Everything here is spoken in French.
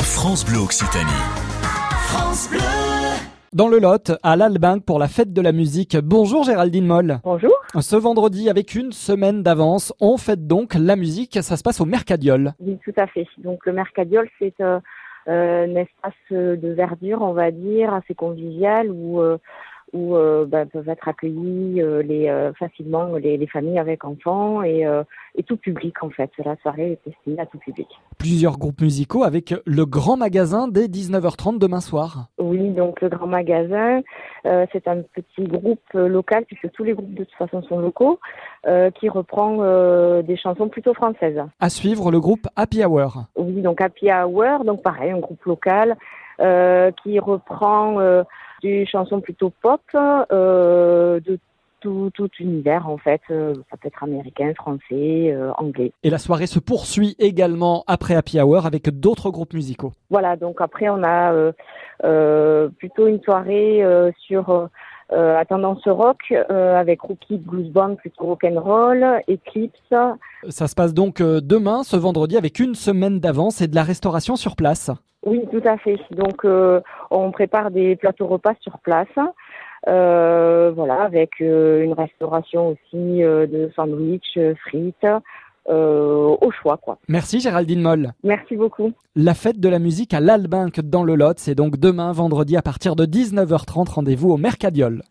France Bleu Occitanie. France Bleu. Dans le Lot, à l'Albinque pour la fête de la musique. Bonjour Géraldine Moll. Bonjour. Ce vendredi, avec une semaine d'avance, on fête donc la musique. Ça se passe au Mercadiol. Oui, tout à fait. Donc le Mercadiol, c'est euh, euh, un espace de verdure, on va dire, assez convivial où euh, où euh, ben, peuvent être accueillis euh, les, euh, facilement les, les, familles avec enfants et, euh, et, tout public en fait. La soirée est destinée à tout public. Plusieurs groupes musicaux avec le Grand Magasin dès 19h30 demain soir. Oui, donc le Grand Magasin, euh, c'est un petit groupe euh, local puisque tous les groupes de toute façon sont locaux euh, qui reprend euh, des chansons plutôt françaises. À suivre le groupe Happy Hour. Oui, donc Happy Hour, donc pareil, un groupe local euh, qui reprend euh, des chansons plutôt pop euh, de tout, tout, univers en fait. euh, Ça peut être américain, français, euh, anglais. Et la soirée se poursuit également après Happy Hour avec d'autres groupes musicaux. Voilà, donc après on a euh, plutôt une soirée euh, sur à tendance rock euh, avec Rookie Blues Band plutôt rock and roll, Eclipse. Ça se passe donc euh, demain, ce vendredi, avec une semaine d'avance et de la restauration sur place. Oui, tout à fait. Donc, euh, on prépare des plateaux repas sur place, euh, voilà, avec euh, une restauration aussi euh, de sandwichs, frites, euh, au choix, quoi. Merci Géraldine Moll. Merci beaucoup. La fête de la musique à l'Albinque dans le Lot, c'est donc demain, vendredi, à partir de 19h30. Rendez-vous au Mercadiol.